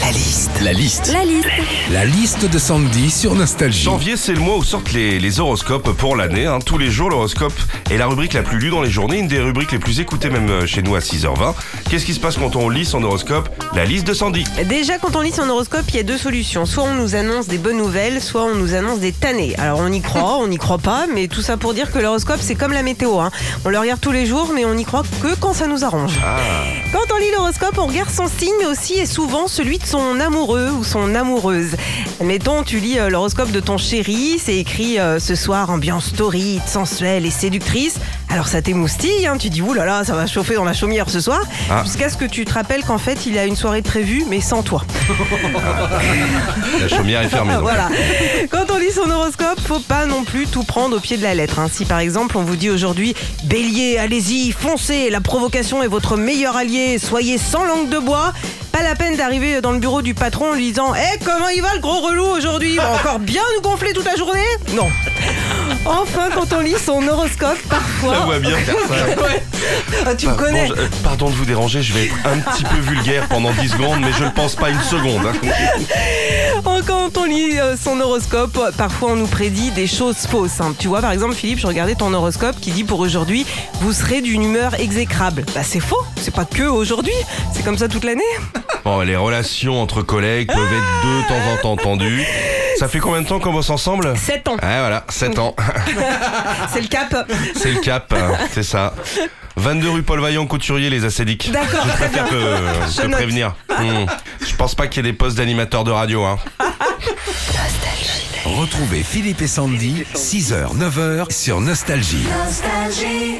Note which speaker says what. Speaker 1: La liste.
Speaker 2: La liste.
Speaker 3: La liste.
Speaker 4: La liste de Sandy sur Nostalgie.
Speaker 2: Janvier, c'est le mois où sortent les, les horoscopes pour l'année. hein. Tous les jours, l'horoscope est la rubrique la plus lue dans les journées, une des rubriques les plus écoutées même euh, chez nous à 6h20. Qu'est-ce qui se passe quand on lit son horoscope La liste de Sandy.
Speaker 5: Déjà, quand on lit son horoscope, il y a deux solutions. Soit on nous annonce des bonnes nouvelles, soit on nous annonce des tannées. Alors on y croit, on n'y croit pas, mais tout ça pour dire que l'horoscope, c'est comme la météo. hein. On le regarde tous les jours, mais on n'y croit que quand ça nous arrange. Quand on lit l'horoscope, on regarde son signe aussi et souvent celui de son amoureux ou son amoureuse. Admettons, tu lis euh, l'horoscope de ton chéri, c'est écrit euh, ce soir ambiance torride, sensuelle et séductrice. Alors ça t'émoustille, hein, tu dis oulala, là là, ça va chauffer dans la chaumière ce soir,
Speaker 2: Ah.
Speaker 5: jusqu'à ce que tu te rappelles qu'en fait il a une soirée de prévue mais sans toi.
Speaker 2: La chaumière est fermée.
Speaker 5: Ah,
Speaker 2: donc.
Speaker 5: voilà. Quand on lit son horoscope, faut pas non plus tout prendre au pied de la lettre. hein. Si par exemple on vous dit aujourd'hui Bélier, allez-y, foncez, la provocation est votre meilleur allié, soyez sans langue de bois. Pas la peine d'arriver dans le bureau du patron en lui disant Eh, comment il va le gros relou aujourd'hui Il va encore bien nous gonfler toute la journée Non. Enfin, quand on lit son horoscope,
Speaker 2: Ça
Speaker 5: parfois.
Speaker 2: voit bien faire ça.
Speaker 5: Ouais. Ah, tu me
Speaker 2: Bah,
Speaker 5: connais.
Speaker 2: Ah bon, je- euh, pardon de vous déranger, je vais être un petit peu vulgaire pendant 10 secondes, mais je ne pense pas une seconde. hein.
Speaker 5: Oh, Quand on lit euh, son horoscope, euh, parfois on nous prédit des choses fausses. hein. Tu vois, par exemple, Philippe, je regardais ton horoscope qui dit pour aujourd'hui, vous serez d'une humeur exécrable. Bah, c'est faux, c'est pas que aujourd'hui, c'est comme ça toute l'année.
Speaker 2: Bon, les relations entre collègues peuvent être de temps en temps tendues. Ça fait combien de temps qu'on bosse ensemble
Speaker 5: 7 ans,
Speaker 2: Ah voilà, 7 ans.
Speaker 5: c'est le cap.
Speaker 2: C'est le cap, hein, c'est ça. 22 rue Paul Vaillant Couturier, les acédiques.
Speaker 5: D'accord, très bien.
Speaker 2: Préfère que, euh,
Speaker 5: Je
Speaker 2: te
Speaker 5: note.
Speaker 2: prévenir. Hmm. Je pense pas qu'il y ait des postes d'animateurs de radio. Hein.
Speaker 4: Retrouvez Philippe et Sandy, 6h, 9h sur Nostalgie.
Speaker 3: Nostalgie.